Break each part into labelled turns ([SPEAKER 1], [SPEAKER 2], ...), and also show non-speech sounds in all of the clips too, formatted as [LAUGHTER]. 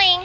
[SPEAKER 1] 听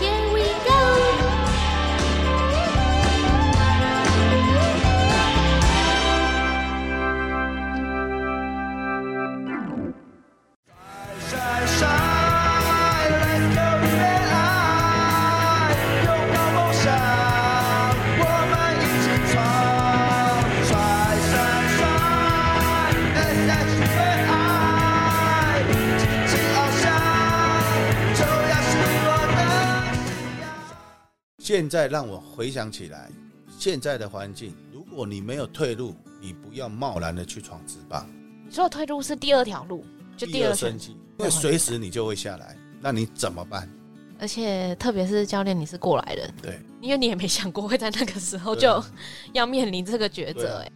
[SPEAKER 2] ，Here we go！
[SPEAKER 3] 现在让我回想起来，现在的环境，如果你没有退路，你不要贸然的去闯职棒，
[SPEAKER 4] 你说的退路是第二条路，就第二
[SPEAKER 3] 生
[SPEAKER 4] 选，
[SPEAKER 3] 机，因为随时你就会下来，那你怎么办？
[SPEAKER 4] 而且特别是教练你是过来人，
[SPEAKER 3] 对，
[SPEAKER 4] 因为你也没想过会在那个时候
[SPEAKER 3] 对
[SPEAKER 4] 就
[SPEAKER 3] 啊
[SPEAKER 4] 要面临这个抉
[SPEAKER 3] 对啊
[SPEAKER 4] 择、哎、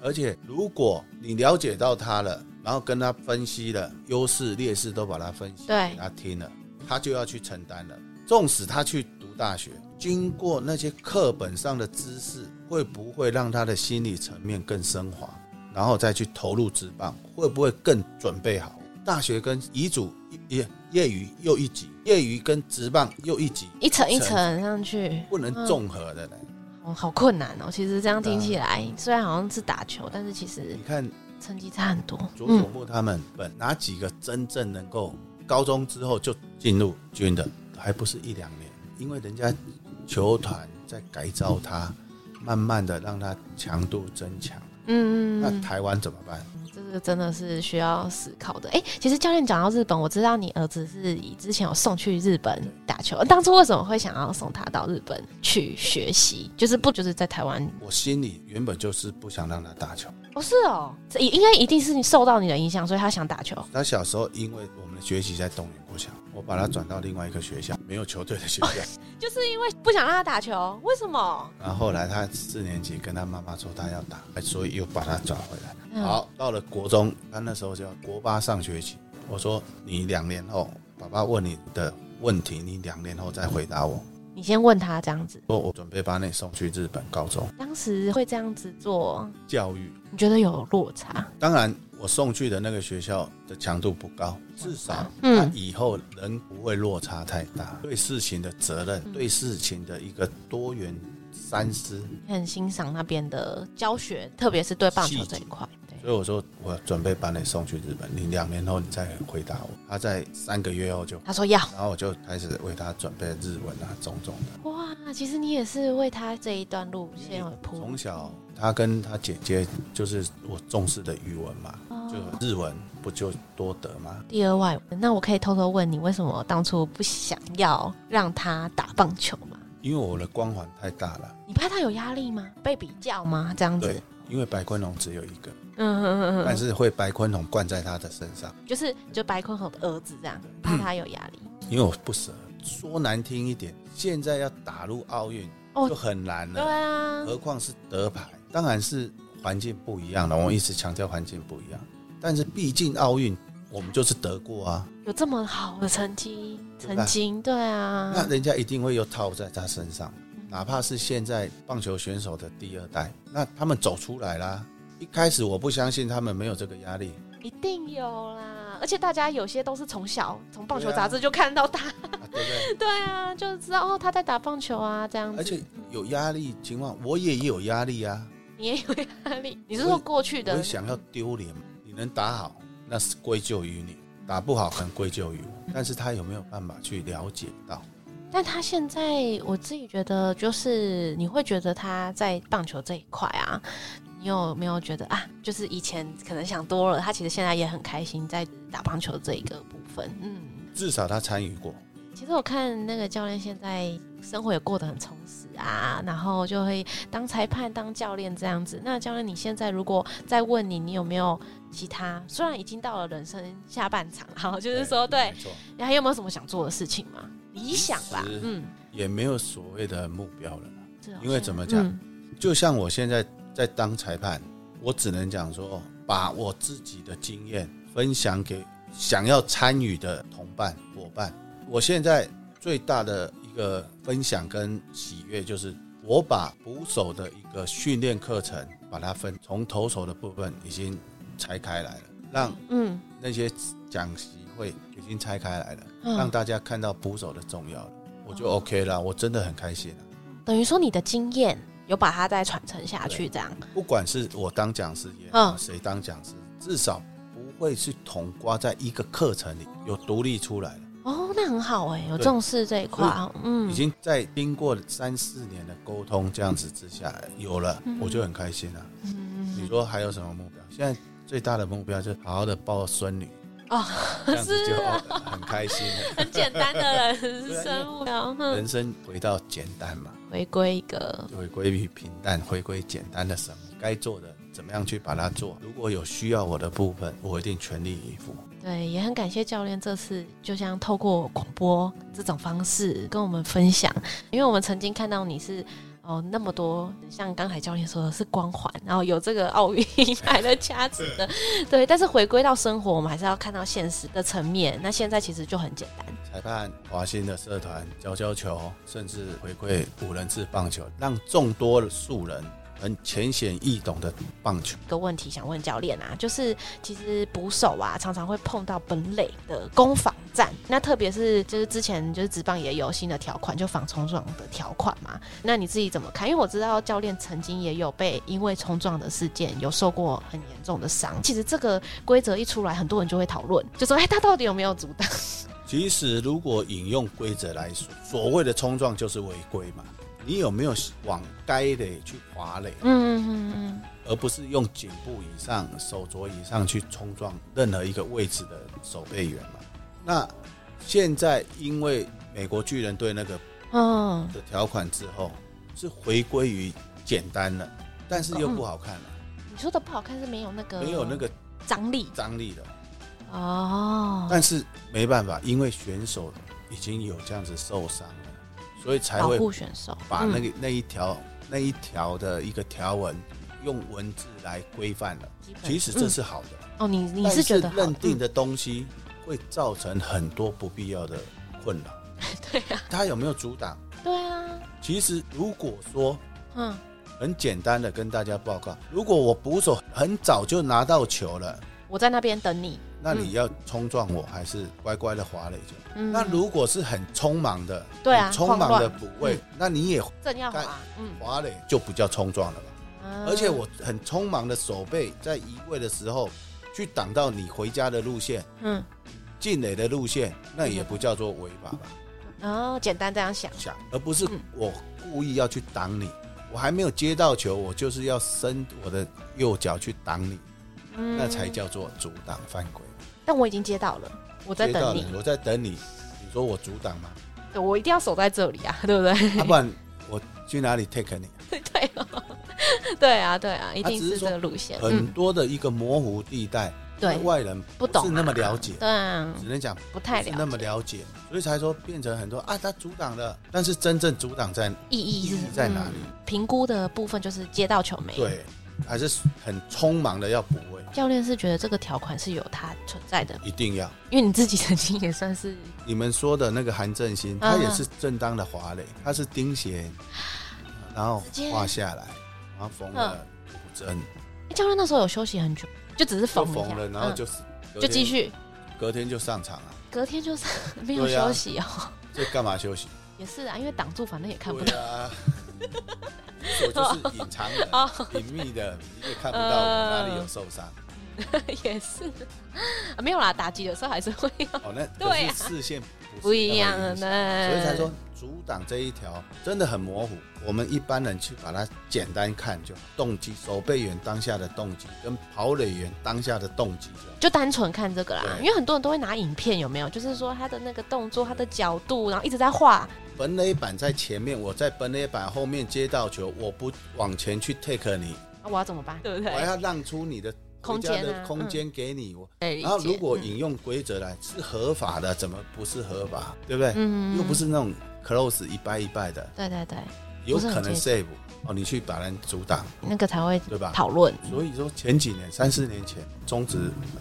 [SPEAKER 3] 而且如果你了解到他了，然后跟他分析了优势劣势都把他分析
[SPEAKER 4] 对
[SPEAKER 3] 给他听了，他就要去承担了。纵使他去读大学，经过那些课本上的知识，会不会让他的心理层面更升华，然后再去投入职棒，会不会更准备好？大学跟乙组一业业余又一级，业余跟职棒又一级，
[SPEAKER 4] 一层一层上去，
[SPEAKER 3] 不能
[SPEAKER 4] 嗯
[SPEAKER 3] 综合的呢。
[SPEAKER 4] 哦，好困难哦。其实这样
[SPEAKER 3] 对啊
[SPEAKER 4] 听起来，虽然好像是打球，但是其实
[SPEAKER 3] 你看
[SPEAKER 4] 成绩差很多。嗯
[SPEAKER 3] 佐佐，木他们本哪几个真正能够高中之后就进入军的，还不是一两年？因为人家球团在改造他，慢慢的让他强度增强。
[SPEAKER 4] 嗯
[SPEAKER 3] 那
[SPEAKER 4] 嗯嗯，
[SPEAKER 3] 台湾怎么办？
[SPEAKER 4] 这个真的是需要思考的。哎、其实教练讲到日本，我知道你儿子是以之前有送去日本打球，当初为什么会想要送他到日本去学习？就是不就是在台湾？
[SPEAKER 3] 我心里原本就是不想让他打球。
[SPEAKER 4] 不、是哦，这应该一定是你受到你的影响，所以他想打球。
[SPEAKER 3] 他小时候因为我们的学习在东园国小，我把他转到另外一个学校，没有球队的学校。
[SPEAKER 4] 就是因为不想让他打球，为什么？
[SPEAKER 3] 然后后来他四年级跟他妈妈说他要打，所以又把他抓回来。
[SPEAKER 4] 嗯
[SPEAKER 3] 好，到了国中，他那时候叫国八上学期。我说你两年后，爸爸问你的问题，你两年后再回答我。
[SPEAKER 4] 你先问他这样子，
[SPEAKER 3] 说我准备把你送去日本高中
[SPEAKER 4] 当时会这样子做，
[SPEAKER 3] 教育。
[SPEAKER 4] 你觉得有落差？
[SPEAKER 3] 当然，我送去的那个学校的强度不高，至少
[SPEAKER 4] 嗯
[SPEAKER 3] 他以后人不会落差太大，对事情的责
[SPEAKER 4] 嗯
[SPEAKER 3] 任，对事情的一个多元三思。
[SPEAKER 4] 你很欣赏那边的教学，特别是对棒球这一块。对，
[SPEAKER 3] 所以我说，我准备把你送去日本，你两年后你再回答我。他在三个月后就，
[SPEAKER 4] 他说要
[SPEAKER 3] 然后我就开始为他准备日文啊，种种的。
[SPEAKER 4] 哇，其实你也是为他这一段路先有铺
[SPEAKER 3] 从小他跟他姐姐就是我重视的语文嘛，
[SPEAKER 4] 哦
[SPEAKER 3] 就日文不就多得吗？
[SPEAKER 4] 第二外文。那我可以偷偷问你，为什么当初不想要让他打棒球吗？
[SPEAKER 3] 因为我的光环太大了，
[SPEAKER 4] 你怕他有压力吗？被比较吗？这样子
[SPEAKER 3] 对，，因为白昆龙只有一个，
[SPEAKER 4] 嗯嗯嗯
[SPEAKER 3] 但
[SPEAKER 4] 嗯
[SPEAKER 3] 是会白昆龙灌在他的身上，
[SPEAKER 4] 嗯，就是就白坤和的儿子这样，
[SPEAKER 3] 嗯
[SPEAKER 4] 怕他有压力。
[SPEAKER 3] 因为我不舍。说难听一点，现在要打入奥运
[SPEAKER 4] 哦
[SPEAKER 3] 就很难了。
[SPEAKER 4] 对啊，
[SPEAKER 3] 何况是德牌，当然是环境不一样了。我一直强调环境不一样，但是毕竟奥运我们就是得过啊，
[SPEAKER 4] 有这么好的成绩，
[SPEAKER 3] 对吧
[SPEAKER 4] 曾经对
[SPEAKER 3] 那
[SPEAKER 4] 啊，
[SPEAKER 3] 人家一定会有套在他身上，哪怕是现在棒球选手的第二代，那他们走出来啦。一开始我不相信他们没有这个压力，
[SPEAKER 4] 一定有啦。而且大家有些都是从小从棒球
[SPEAKER 3] 对啊
[SPEAKER 4] 杂志就看到他， [LAUGHS]
[SPEAKER 3] 啊、对不对？
[SPEAKER 4] 对啊，就知道哦他在打棒球啊这样
[SPEAKER 3] 而
[SPEAKER 4] 子。
[SPEAKER 3] 且有压力情况，我也有压力啊，
[SPEAKER 4] 你也有压力，你是
[SPEAKER 3] 我
[SPEAKER 4] 说过去
[SPEAKER 3] 我也
[SPEAKER 4] 的？
[SPEAKER 3] 想要丢脸。你能打好，那是归咎于你；打不好，可能归咎于我。但是他有没有办法去了解到？
[SPEAKER 4] 但他现在我自己觉得，就是你会觉得他在棒球这一块啊，你有没有觉得啊，就是以前可能想多了，他其实现在也很开心在打棒球这一个部分，嗯。
[SPEAKER 3] 至少他参与过。
[SPEAKER 4] 其实我看那个教练现在生活也过得很充实啊，然后就会当裁判、当教练这样子。那教练，你现在如果再问你，你有没有其他？虽然已经到了人生下半场，好，就是说，对
[SPEAKER 3] 没，错，
[SPEAKER 4] 你还有没有什么想做的事情吗？理想吧
[SPEAKER 3] 其实，
[SPEAKER 4] 嗯，
[SPEAKER 3] 也没有所谓的目标了。
[SPEAKER 4] 是哦
[SPEAKER 3] 因为怎么讲
[SPEAKER 4] 嗯
[SPEAKER 3] 就像我现在在当裁判，我只能讲说，把我自己的经验分享给想要参与的同伴伙伴。我现在最大的一个分享跟喜悦就是，我把捕手的一个训练课程，把它分从投手的部分已经拆开来了，让
[SPEAKER 4] 嗯，
[SPEAKER 3] 那些讲习会已经拆开来了，
[SPEAKER 4] 嗯
[SPEAKER 3] 让大家看到捕手的重要了，我就 OK 了，我真的很开心啊了。
[SPEAKER 4] 等于说你的经验有把它再传承下去，这样
[SPEAKER 3] 不管是我当讲师也好，
[SPEAKER 4] 嗯
[SPEAKER 3] 谁当讲师，至少不会是统刮在一个课程里有独立出来了，
[SPEAKER 4] 哦，那很好哎、有
[SPEAKER 3] 对
[SPEAKER 4] 重视这一块啊，嗯，
[SPEAKER 3] 已经在经过三四年的沟通这样子之下有了，
[SPEAKER 4] 嗯
[SPEAKER 3] 我就很开心了。你说还有什么目标？现在最大的目标就是好好的抱孙女，
[SPEAKER 4] 哦，
[SPEAKER 3] 这样子
[SPEAKER 4] 是
[SPEAKER 3] 就
[SPEAKER 4] 啊
[SPEAKER 3] 很开心了。
[SPEAKER 4] 很简单的
[SPEAKER 3] [LAUGHS]
[SPEAKER 4] 人生目标，哼
[SPEAKER 3] 人生回到简单嘛，
[SPEAKER 4] 嗯回归一个
[SPEAKER 3] 回归于平淡，回归简单的生活，该做的怎么样去把它做。如果有需要我的部分，我一定全力以赴。
[SPEAKER 4] 对，也很感谢教练这次就像透过广播这种方式跟我们分享，因为我们曾经看到你是。哦，那么多像刚才教练说的是光环，然后有这个奥运 [LAUGHS] 银牌的价值的，对。但是回归到生活，我们还是要看到现实的层面。那现在其实就很简单，
[SPEAKER 3] 裁判、华兴的社团、教教球，甚至回馈五人制棒球，让众多的素人很浅显易懂的棒球。
[SPEAKER 4] 一个问题想问教练啊，就是其实捕手啊常常会碰到本垒的攻防战，那特别是就是之前就是职棒也有新的条款，就防冲撞的条款嘛。那你自己怎么看？因为我知道教练曾经也有被因为冲撞的事件有受过很严重的伤。其实这个规则一出来，很多人就会讨论，就说哎，他到底有没有阻挡？
[SPEAKER 3] 其实，如果引用规则来说，所谓的冲撞就是违规嘛。你有没有往该垒去滑垒，
[SPEAKER 4] 嗯嗯
[SPEAKER 3] 而不是用颈部以上、手肘以上去冲撞任何一个位置的守备员嘛？那现在因为美国巨人队那个
[SPEAKER 4] 嗯嗯，
[SPEAKER 3] 的条款之后，是回归于简单了，但是又不好看了。
[SPEAKER 4] 你说的不好看是没有那个
[SPEAKER 3] 没有那个
[SPEAKER 4] 张力
[SPEAKER 3] 张力
[SPEAKER 4] 嗯
[SPEAKER 3] 了。
[SPEAKER 4] 哦，
[SPEAKER 3] 但是没办法，因为选手已经有这样子受伤了，所以才
[SPEAKER 4] 保
[SPEAKER 3] 会
[SPEAKER 4] 护选手
[SPEAKER 3] 把那
[SPEAKER 4] 嗯
[SPEAKER 3] 个、那一条那一条的一个条文用文字来规范了
[SPEAKER 4] 基。本
[SPEAKER 3] 其实这是好的，
[SPEAKER 4] 哦，你你
[SPEAKER 3] 但
[SPEAKER 4] 是
[SPEAKER 3] 是
[SPEAKER 4] 觉得好
[SPEAKER 3] 认定
[SPEAKER 4] 嗯
[SPEAKER 3] 的东西会造成很多不必要的困扰。
[SPEAKER 4] 对啊，
[SPEAKER 3] 他有没有阻挡？
[SPEAKER 4] 对啊，
[SPEAKER 3] 其实如果说
[SPEAKER 4] 嗯，
[SPEAKER 3] 很简单的跟大家报告，如果我捕手很早就拿到球了，
[SPEAKER 4] 我在那边等你。
[SPEAKER 3] 那你要冲撞我，还是乖乖的滑了一下？
[SPEAKER 4] 嗯，
[SPEAKER 3] 那如果是很匆忙的，
[SPEAKER 4] 对啊
[SPEAKER 3] 很匆忙的
[SPEAKER 4] 慌乱
[SPEAKER 3] 补位，那你也
[SPEAKER 4] 正要
[SPEAKER 3] 该
[SPEAKER 4] 滑，嗯，
[SPEAKER 3] 滑垒就不叫冲撞了吧？
[SPEAKER 4] 啊
[SPEAKER 3] 而且我很匆忙的手背在移位的时候去挡到你回家的路线、
[SPEAKER 4] 嗯，
[SPEAKER 3] 进垒的路线，那也不叫做违法吧？
[SPEAKER 4] 然后嗯哦简单这样想，
[SPEAKER 3] 想，而不是
[SPEAKER 4] 嗯
[SPEAKER 3] 我故意要去挡你，我还没有接到球，我就是要伸我的右脚去挡你，
[SPEAKER 4] 嗯，
[SPEAKER 3] 那才。叫做阻挡犯规。
[SPEAKER 4] 但我已经接到了，我在
[SPEAKER 3] 接到
[SPEAKER 4] 等
[SPEAKER 3] 你
[SPEAKER 4] 你，，
[SPEAKER 3] 我在等你，你说我阻挡吗？ [LAUGHS]
[SPEAKER 4] 对我一定要守在这里啊， [LAUGHS] 对不对？
[SPEAKER 3] 要、不然我去哪里 take 你？
[SPEAKER 4] 对哦， [LAUGHS] 对啊，对啊，一
[SPEAKER 3] 他
[SPEAKER 4] 定
[SPEAKER 3] 只是
[SPEAKER 4] 是这
[SPEAKER 3] 说
[SPEAKER 4] 个路线，
[SPEAKER 3] 很
[SPEAKER 4] 嗯，
[SPEAKER 3] 多的一个模糊地带，
[SPEAKER 4] 对
[SPEAKER 3] 外人
[SPEAKER 4] 不懂
[SPEAKER 3] 是
[SPEAKER 4] 啊
[SPEAKER 3] 那么了解，
[SPEAKER 4] 对啊，
[SPEAKER 3] 只能讲
[SPEAKER 4] 不太
[SPEAKER 3] 不是那
[SPEAKER 4] 了
[SPEAKER 3] 么
[SPEAKER 4] 解
[SPEAKER 3] 了解，所以才说变成很多啊，他阻挡了，但是真正阻挡在
[SPEAKER 4] 意义
[SPEAKER 3] 意
[SPEAKER 4] 是
[SPEAKER 3] 义在哪里？
[SPEAKER 4] 嗯评估的部分就是接到球没，
[SPEAKER 3] 对，还是很匆忙的要补位，
[SPEAKER 4] 教练是觉得这个条款是有它存在的，
[SPEAKER 3] 一定要。
[SPEAKER 4] 因为你自己曾经也算是
[SPEAKER 3] 你们说的那个韩正兴，
[SPEAKER 4] 啊
[SPEAKER 3] 他也是正当的滑垒，他是钉鞋，然后
[SPEAKER 4] 接
[SPEAKER 3] 滑下来，
[SPEAKER 4] 嗯
[SPEAKER 3] 然后缝了五针，
[SPEAKER 4] 诶哎教练那时候有休息很久，就只是
[SPEAKER 3] 就
[SPEAKER 4] 嗯缝一
[SPEAKER 3] 缝
[SPEAKER 4] 下
[SPEAKER 3] 了，然后
[SPEAKER 4] 嗯
[SPEAKER 3] 就是隔
[SPEAKER 4] 就
[SPEAKER 3] 天
[SPEAKER 4] 继，续，
[SPEAKER 3] 隔天就上场了，
[SPEAKER 4] 隔天就是 [LAUGHS] 没有
[SPEAKER 3] 对啊
[SPEAKER 4] 休息哦。 [LAUGHS]
[SPEAKER 3] 这干嘛休息？
[SPEAKER 4] 也是啊，因为挡住反正也看不到。
[SPEAKER 3] 对啊，我就是隐藏
[SPEAKER 4] [LAUGHS]
[SPEAKER 3] 的、
[SPEAKER 4] 哦
[SPEAKER 3] 隐秘的，你也看不到我哪里有受伤。
[SPEAKER 4] [LAUGHS] 也是、啊没有啦，打击的时候还是会有 [LAUGHS]
[SPEAKER 3] 哦，那可
[SPEAKER 4] 对
[SPEAKER 3] 是
[SPEAKER 4] 啊
[SPEAKER 3] 视线
[SPEAKER 4] 不一样啊的
[SPEAKER 3] 的，，所以才说阻挡这一条真的很模糊。我们一般人去把它简单看就好动机，守备员当下的动机跟跑垒员当下的动机就好
[SPEAKER 4] 就单纯看这个啦，
[SPEAKER 3] 对
[SPEAKER 4] 因为很多人都会拿影片，有没有？就是说他的那个动作、他的角度，然后一直在画，
[SPEAKER 3] 本垒板在前面，我在本垒板后面接到球，我不往前去 take 你，
[SPEAKER 4] 啊我要怎么办？对不
[SPEAKER 3] 我
[SPEAKER 4] 对？
[SPEAKER 3] 要让出你的
[SPEAKER 4] 空间啊
[SPEAKER 3] 回家的空间给你。我
[SPEAKER 4] 可以理解嗯
[SPEAKER 3] 然后如果引用规则来是合法的，怎么不是合法？对不对？
[SPEAKER 4] 嗯
[SPEAKER 3] 又不是那种 close 一拜一拜的，
[SPEAKER 4] 对对对，
[SPEAKER 3] 有
[SPEAKER 4] 不是很
[SPEAKER 3] 可能
[SPEAKER 4] 接
[SPEAKER 3] save 哦，你去把人阻挡，
[SPEAKER 4] 那个才会
[SPEAKER 3] 对吧？
[SPEAKER 4] 讨论，
[SPEAKER 3] 所以说前几年三四年前中职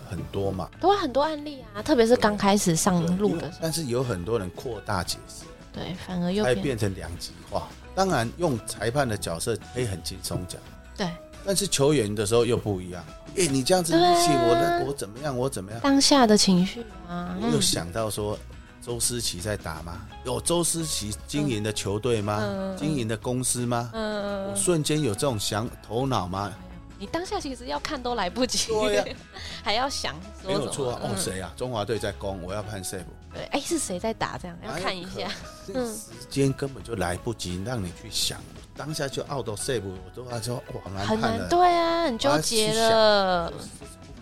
[SPEAKER 3] 很多嘛，
[SPEAKER 4] 都会很多案例啊，特别是刚开始上
[SPEAKER 3] 对
[SPEAKER 4] 路
[SPEAKER 3] 因为
[SPEAKER 4] 嗯的时候，
[SPEAKER 3] 但是有很多人扩大解释，
[SPEAKER 4] 对，反而又
[SPEAKER 3] 才
[SPEAKER 4] 变
[SPEAKER 3] 变成两极化。当然，用裁判的角色可以很轻松讲，
[SPEAKER 4] 对
[SPEAKER 3] 但是球员的时候又不一样。哎、你这样子
[SPEAKER 4] 对啊
[SPEAKER 3] 不行，我的我怎么样，我怎么样？
[SPEAKER 4] 当下的情绪啊，
[SPEAKER 3] 我又想到说，周思齐在打吗？有周思齐经营的球队吗？
[SPEAKER 4] 嗯嗯嗯
[SPEAKER 3] 经营的公司吗？我
[SPEAKER 4] 嗯，
[SPEAKER 3] 瞬间有这种想头脑吗？
[SPEAKER 4] 你当下其实要看都来不及，
[SPEAKER 3] 对呀
[SPEAKER 4] [LAUGHS] 还要想说
[SPEAKER 3] 没有
[SPEAKER 4] 怎么
[SPEAKER 3] 错啊！哦，
[SPEAKER 4] 嗯
[SPEAKER 3] 谁啊？中华队在攻，我要判 save，
[SPEAKER 4] 对，哎，是谁在打？这样要看一下，
[SPEAKER 3] 哎哪有可
[SPEAKER 4] [LAUGHS] 嗯
[SPEAKER 3] 能，这时间根本就来不及让你去想，当下就 out of save，我都还说哇，难
[SPEAKER 4] 很
[SPEAKER 3] 判
[SPEAKER 4] 难，
[SPEAKER 3] 的。
[SPEAKER 4] 对啊，很纠
[SPEAKER 3] 要去
[SPEAKER 4] 结
[SPEAKER 3] 想
[SPEAKER 4] 了，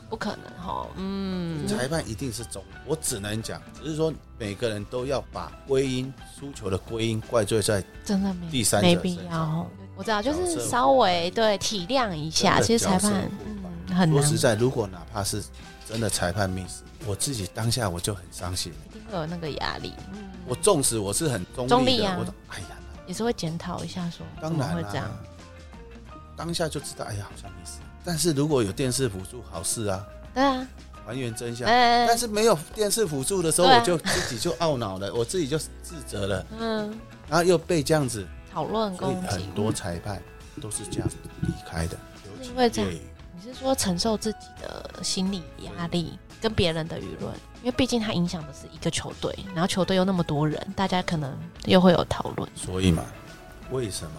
[SPEAKER 4] 不可能哈，嗯，
[SPEAKER 3] 裁判一定是中，我只能讲，只是说每个人都要把归因输球的归因怪罪在
[SPEAKER 4] 真的没
[SPEAKER 3] 第三者
[SPEAKER 4] 没必
[SPEAKER 3] 身上
[SPEAKER 4] 要。我知道，就
[SPEAKER 3] 角
[SPEAKER 4] 是
[SPEAKER 3] 色
[SPEAKER 4] 稍微对体谅一
[SPEAKER 3] 真
[SPEAKER 4] 下，
[SPEAKER 3] 的
[SPEAKER 4] 其实裁
[SPEAKER 3] 角色
[SPEAKER 4] 判
[SPEAKER 3] 互换
[SPEAKER 4] 嗯很
[SPEAKER 3] 说
[SPEAKER 4] 难，
[SPEAKER 3] 实在，如果哪怕是真的裁判 miss，我自己当下我就很伤心。
[SPEAKER 4] 一定会有那个压力，嗯，
[SPEAKER 3] 我纵使我是很中立的，
[SPEAKER 4] 中立啊
[SPEAKER 3] 我都哎呀，
[SPEAKER 4] 也是会检讨一下说怎
[SPEAKER 3] 当
[SPEAKER 4] 么
[SPEAKER 3] 然
[SPEAKER 4] 会
[SPEAKER 3] 啦、
[SPEAKER 4] 这样，
[SPEAKER 3] 当下就知道，哎呀，好像 miss。但是如果有电视辅助，好事啊，
[SPEAKER 4] 对啊，
[SPEAKER 3] 还原真相。
[SPEAKER 4] 哎
[SPEAKER 3] 但是没有电视辅助的时候，
[SPEAKER 4] 对啊
[SPEAKER 3] 我就自己就懊恼了，我自己就自责了，
[SPEAKER 4] 嗯，
[SPEAKER 3] 然后又被这样子，
[SPEAKER 4] 讨论
[SPEAKER 3] 所以
[SPEAKER 4] 攻击
[SPEAKER 3] 很，多裁判都是这样离开的。尤其
[SPEAKER 4] 因为这样
[SPEAKER 3] 业余
[SPEAKER 4] 你是说承受自己的心理压力跟别人的舆论？因为毕竟它影响的是一个球队，然后球队又那么多人，大家可能又会有讨论，
[SPEAKER 3] 所以嘛，为什么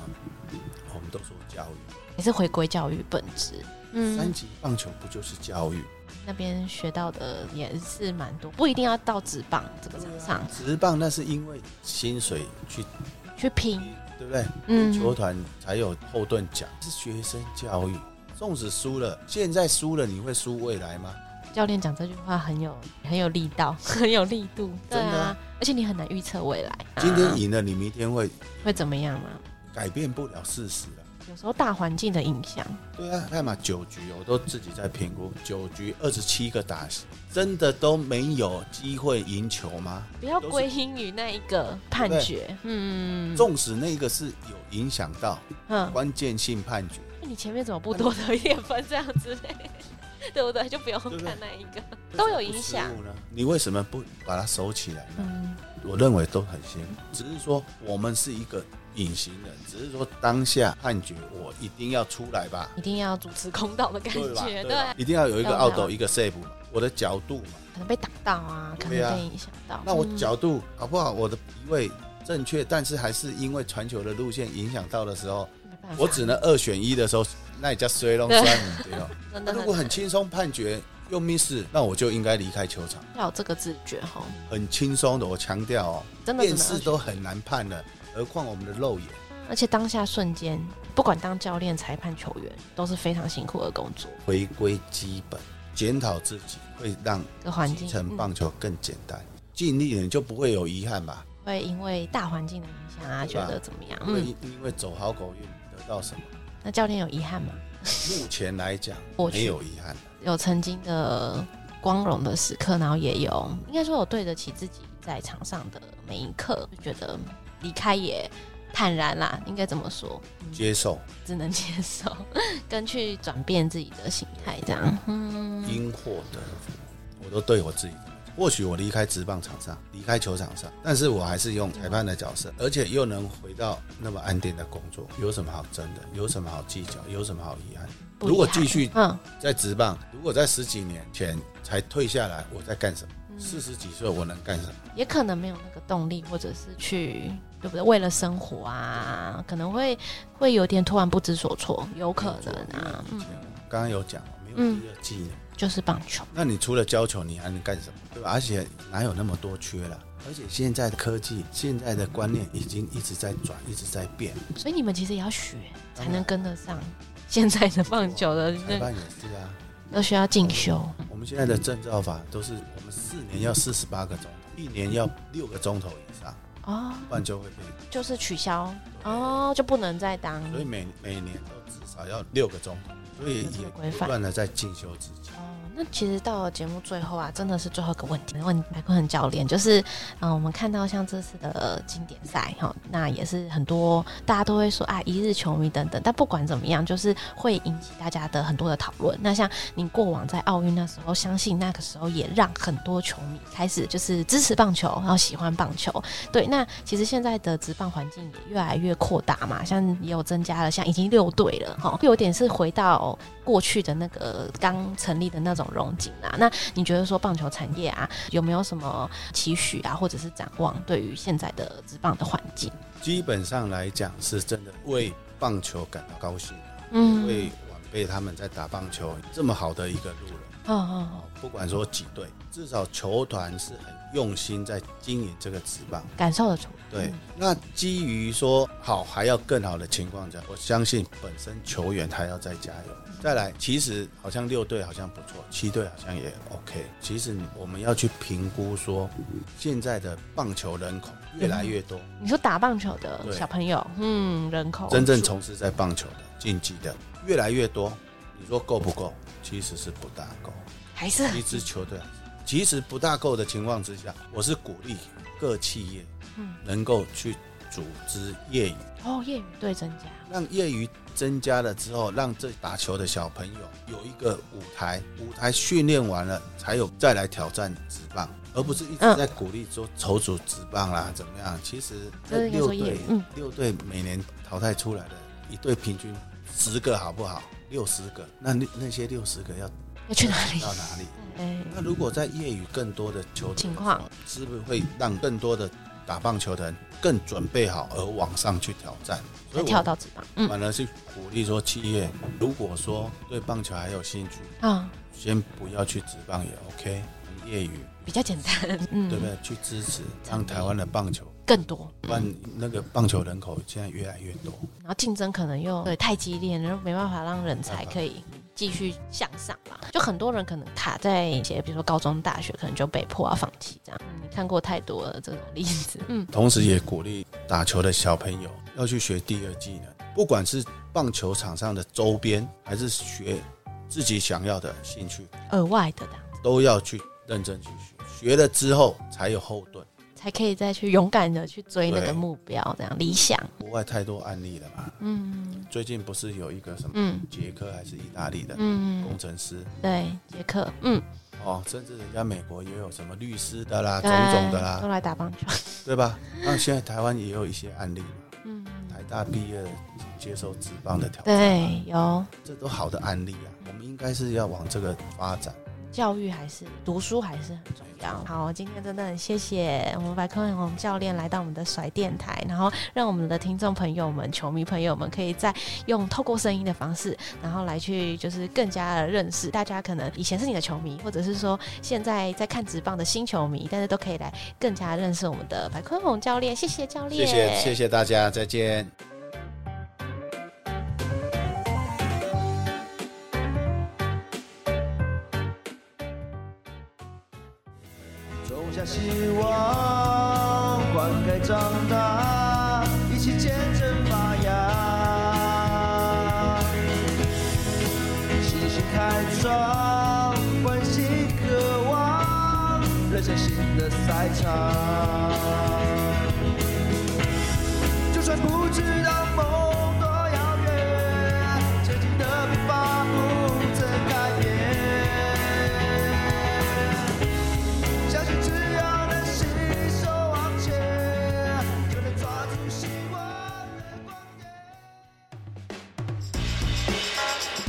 [SPEAKER 3] 我们都说教育？
[SPEAKER 4] 也是回归教育本质。
[SPEAKER 3] 三
[SPEAKER 4] 嗯，
[SPEAKER 3] 级棒球不就是教育？
[SPEAKER 4] 那边学到的也是蛮多，不一定要到职棒这个场上
[SPEAKER 3] 职棒那是因为薪水去，
[SPEAKER 4] 去拼。
[SPEAKER 3] 对不对？
[SPEAKER 4] 嗯，
[SPEAKER 3] 球团才有后盾奖，是学生教育。纵使输了，现在输了，你会输未来吗？
[SPEAKER 4] 教练讲这句话很有很有力道， [LAUGHS] 很有力度，对
[SPEAKER 3] 真的
[SPEAKER 4] 啊
[SPEAKER 3] 啊，嗯
[SPEAKER 4] 而且你很难预测未来，
[SPEAKER 3] 今
[SPEAKER 4] 啊
[SPEAKER 3] 天赢了，你明天会
[SPEAKER 4] 会怎么样嘛？
[SPEAKER 3] 改变不了事实啊。
[SPEAKER 4] 有时候大环境的影响，
[SPEAKER 3] 对啊，看嘛，九局我都自己在评估，九局二十七个打席，真的都没有机会赢球吗？
[SPEAKER 4] 不要
[SPEAKER 3] 都是
[SPEAKER 4] 归因于那一个判决，嗯，
[SPEAKER 3] 纵使那个是有影响到
[SPEAKER 4] 嗯，
[SPEAKER 3] 关键性判决，
[SPEAKER 4] 那哎你前面怎么不多得一点分这样之类的， [LAUGHS] 对不对？就不用
[SPEAKER 3] 对不对
[SPEAKER 4] 看那一个，都有影响
[SPEAKER 3] 为什么不失误呢。你为什么不把它收起来呢？
[SPEAKER 4] 嗯，
[SPEAKER 3] 我认为都很辛苦，只是说我们是一个隐形人，只是说当下判决我一定要出来吧，
[SPEAKER 4] 一定要主持公道的感
[SPEAKER 3] 对
[SPEAKER 4] [LAUGHS]
[SPEAKER 3] 吧？
[SPEAKER 4] 觉，
[SPEAKER 3] 对吧
[SPEAKER 4] 对，
[SPEAKER 3] 一定要有一个
[SPEAKER 4] 对啊
[SPEAKER 3] out 一个 save 嘛，我的角度嘛，
[SPEAKER 4] 可能被打到啊，可
[SPEAKER 3] 对啊
[SPEAKER 4] 能被影响到，
[SPEAKER 3] 那我
[SPEAKER 4] 嗯
[SPEAKER 3] 角度搞不好我的移位正确，但是还是因为传球的路线影响到的时候，
[SPEAKER 4] 没办法
[SPEAKER 3] 我只能二选一的时候，那你叫衰龙
[SPEAKER 4] 对
[SPEAKER 3] 酸你
[SPEAKER 4] [LAUGHS]
[SPEAKER 3] 对哦。
[SPEAKER 4] 真
[SPEAKER 3] 那
[SPEAKER 4] 的
[SPEAKER 3] 如果
[SPEAKER 4] 很
[SPEAKER 3] 很轻松判决又 miss，那我就应该离开球场，
[SPEAKER 4] 要有这个自觉哈，
[SPEAKER 3] 很轻松的，我强调哦，
[SPEAKER 4] 真的
[SPEAKER 3] 电
[SPEAKER 4] 真
[SPEAKER 3] 视
[SPEAKER 4] 的，
[SPEAKER 3] 都很难判了，何况我们的肉眼。
[SPEAKER 4] 而且当下瞬间，不管当教练、裁判、球员，都是非常辛苦的工作。
[SPEAKER 3] 回归基本，检讨自己，会让
[SPEAKER 4] 这个环
[SPEAKER 3] 基
[SPEAKER 4] 境
[SPEAKER 3] 层
[SPEAKER 4] 嗯
[SPEAKER 3] 棒球更简单。尽力了，你就不会有遗憾吧？
[SPEAKER 4] 嗯会因为大环境的影响啊，觉
[SPEAKER 3] 对吧
[SPEAKER 4] 得怎么样？
[SPEAKER 3] 因为
[SPEAKER 4] 嗯，
[SPEAKER 3] 因为走好狗运得到什么？
[SPEAKER 4] 那教练有遗憾吗？
[SPEAKER 3] 目前来讲
[SPEAKER 4] 过去
[SPEAKER 3] 没有遗憾。
[SPEAKER 4] 有曾经的光荣的时刻，然后也有，应该说有对得起自己在场上的每一刻，就觉得离开也坦然啦，应该怎么说？
[SPEAKER 3] 接受，
[SPEAKER 4] 只能接受，跟去转变自己的心态，这样。嗯，
[SPEAKER 3] 因祸得福，我都对我自己。或许我离开职棒场上，离开球场上，但是我还是用裁判的角色，而且又能回到那么安定的工作，有什么好争的？有什么好计较？有什么好遗憾？
[SPEAKER 4] 不遗憾
[SPEAKER 3] 如果继续
[SPEAKER 4] 嗯，
[SPEAKER 3] 在职棒，如果在十几年前才退下来，我在干什么？四十几岁我能干什么？
[SPEAKER 4] 也可能没有那个动力，或者是去对不对？为了生活啊，可能会会有点突然不知所措，有可能啊，嗯，
[SPEAKER 3] 刚刚有讲，没有第二技能，
[SPEAKER 4] 就是棒球，
[SPEAKER 3] 那你除了教球，你还能干什么？对吧？而且哪有那么多缺了？而且现在的科技，现在的观念已经一直在转，一直在变。
[SPEAKER 4] 所以你们其实也要学，才能跟得上现在的棒球的
[SPEAKER 3] 裁
[SPEAKER 4] 那
[SPEAKER 3] 判也是啊，
[SPEAKER 4] 都需要进修，
[SPEAKER 3] 我们现在的证照法都是我们四年要四十八个钟头，一年要六个钟头以上，
[SPEAKER 4] 哦，
[SPEAKER 3] 不然就会被。
[SPEAKER 4] 就是取消哦，就不能再当
[SPEAKER 3] 所以每每年都至少要六个钟头，所以
[SPEAKER 4] 有这个
[SPEAKER 3] 也
[SPEAKER 4] 规范
[SPEAKER 3] 不断的在进修自己。
[SPEAKER 4] 哦，那其实到了节目最后啊，真的是最后一个问题，问白坤恒教练，就是嗯、呃我们看到像这次的经典赛哈、那也是很多大家都会说啊，一日球迷等等，但不管怎么样，就是会引起大家的很多的讨论。那像你过往在奥运那时候，相信那个时候也让很多球迷开始就是支持棒球，然后喜欢棒球。对，那其实现在的职棒环境也越来越扩大嘛，像也有增加了，像已经六队了哈，有点是回到过去的那个刚成立的那种荣景啦。那你觉得说棒球产业啊，有没有什么期许啊，或者是展望对于现在的职棒的环境？
[SPEAKER 3] 基本上来讲，是真的为棒球感到高兴，
[SPEAKER 4] 嗯
[SPEAKER 3] 为晚辈他们在打棒球这么好的一个路人。
[SPEAKER 4] 哦哦，
[SPEAKER 3] 哦，不管说几队，至少球团是很用心在经营这个职棒。
[SPEAKER 4] 感受得出。
[SPEAKER 3] 对，那基于说好还要更好的情况下，我相信本身球员还要再加油。再来，其实好像六队好像不错，七队好像也 OK。其实你我们要去评估说，现在的棒球人口越来越多，
[SPEAKER 4] 你说打棒球的
[SPEAKER 3] 对
[SPEAKER 4] 小朋友，嗯，人口
[SPEAKER 3] 真正从事在棒球的竞技的越来越多，你说够不够？其实是不大够。
[SPEAKER 4] 还是
[SPEAKER 3] 一支球队，其实不大够的情况之下，我是鼓励各企业
[SPEAKER 4] 嗯
[SPEAKER 3] 能够去组织业余，
[SPEAKER 4] 哦，业余队增加，
[SPEAKER 3] 让业余增加了之后，让这打球的小朋友有一个舞台，舞台训练完了才有再来挑战职棒，而不是一直
[SPEAKER 4] 嗯
[SPEAKER 3] 在鼓励说筹组职棒啦怎么样？其实
[SPEAKER 4] 这
[SPEAKER 3] 这
[SPEAKER 4] 应该
[SPEAKER 3] 六
[SPEAKER 4] 说业余
[SPEAKER 3] 队
[SPEAKER 4] 嗯
[SPEAKER 3] 六队每年淘汰出来的一队平均十个好不好？六十个，那那那些六十个要
[SPEAKER 4] 要去哪里？
[SPEAKER 3] 到哪里？
[SPEAKER 4] 哎，
[SPEAKER 3] 那如果在业余更多的球队
[SPEAKER 4] 情况
[SPEAKER 3] 是不是会让更多的打棒球的人更准备好而往上去挑战？所以
[SPEAKER 4] 再跳
[SPEAKER 3] 我
[SPEAKER 4] 到职棒，嗯
[SPEAKER 3] 反而是鼓励说，企业如果说对棒球还有兴趣，
[SPEAKER 4] 啊，
[SPEAKER 3] 先不要去职棒也 OK，业余
[SPEAKER 4] 比较简单， [LAUGHS] 嗯，
[SPEAKER 3] 对不对？去支持让台湾的棒球，
[SPEAKER 4] 更多，
[SPEAKER 3] 不然那个棒球人口现在越来越多。
[SPEAKER 4] 然后竞争可能又对太激烈，然后没办法让人才
[SPEAKER 3] 没办法
[SPEAKER 4] 可以继续向上吧。就很多人可能卡在一些，比如说高中、大学，可能就被迫要放弃这样。嗯你看过太多了这种例子，嗯，
[SPEAKER 3] 同时也鼓励打球的小朋友要去学第二技能，不管是棒球场上的周边，还是学自己想要的兴趣，
[SPEAKER 4] 额外的这样
[SPEAKER 3] 都要去认真去学。学了之后才有后盾，
[SPEAKER 4] 才可以再去勇敢的去追那个
[SPEAKER 3] 对
[SPEAKER 4] 目标，这样理想，
[SPEAKER 3] 国外太多案例了嘛。
[SPEAKER 4] 嗯
[SPEAKER 3] 最近不是有一个什么
[SPEAKER 4] 嗯
[SPEAKER 3] 捷克还是意大利的工
[SPEAKER 4] 嗯，
[SPEAKER 3] 程师
[SPEAKER 4] 对，杰克，嗯，
[SPEAKER 3] 哦，甚至人家美国也有什么律师的啦、种
[SPEAKER 4] 对
[SPEAKER 3] 啊种的
[SPEAKER 4] 都
[SPEAKER 3] 啦，
[SPEAKER 4] 来打棒
[SPEAKER 3] [LAUGHS]
[SPEAKER 4] 球，
[SPEAKER 3] 对吧？那现在台湾也有一些案例嘛，
[SPEAKER 4] 嗯，
[SPEAKER 3] 台大毕业的接受职棒的挑战，
[SPEAKER 4] 对，有
[SPEAKER 3] 这都好的案例啊，我们应该是要往这个发展。
[SPEAKER 4] 教育还是读书还是很重要。好，今天真的很谢谢我们白坤宏教练来到我们的甩电台，然后让我们的听众朋友们、球迷朋友们可以再用透过声音的方式，然后来去就是更加的认识大家。可能以前是你的球迷，或者是说现在在看职棒的新球迷，但是都可以来更加认识我们的白坤宏教练。谢谢教
[SPEAKER 3] 谢
[SPEAKER 4] 练，
[SPEAKER 3] 谢谢谢大家，再见。
[SPEAKER 1] 种下希望，灌溉长大，一起见证发芽。信心开创，欢喜渴望，人生新的赛场。就算不知道梦多遥远，前进的步伐不曾改变。相信只要能携手往前，就能抓住希望的光点。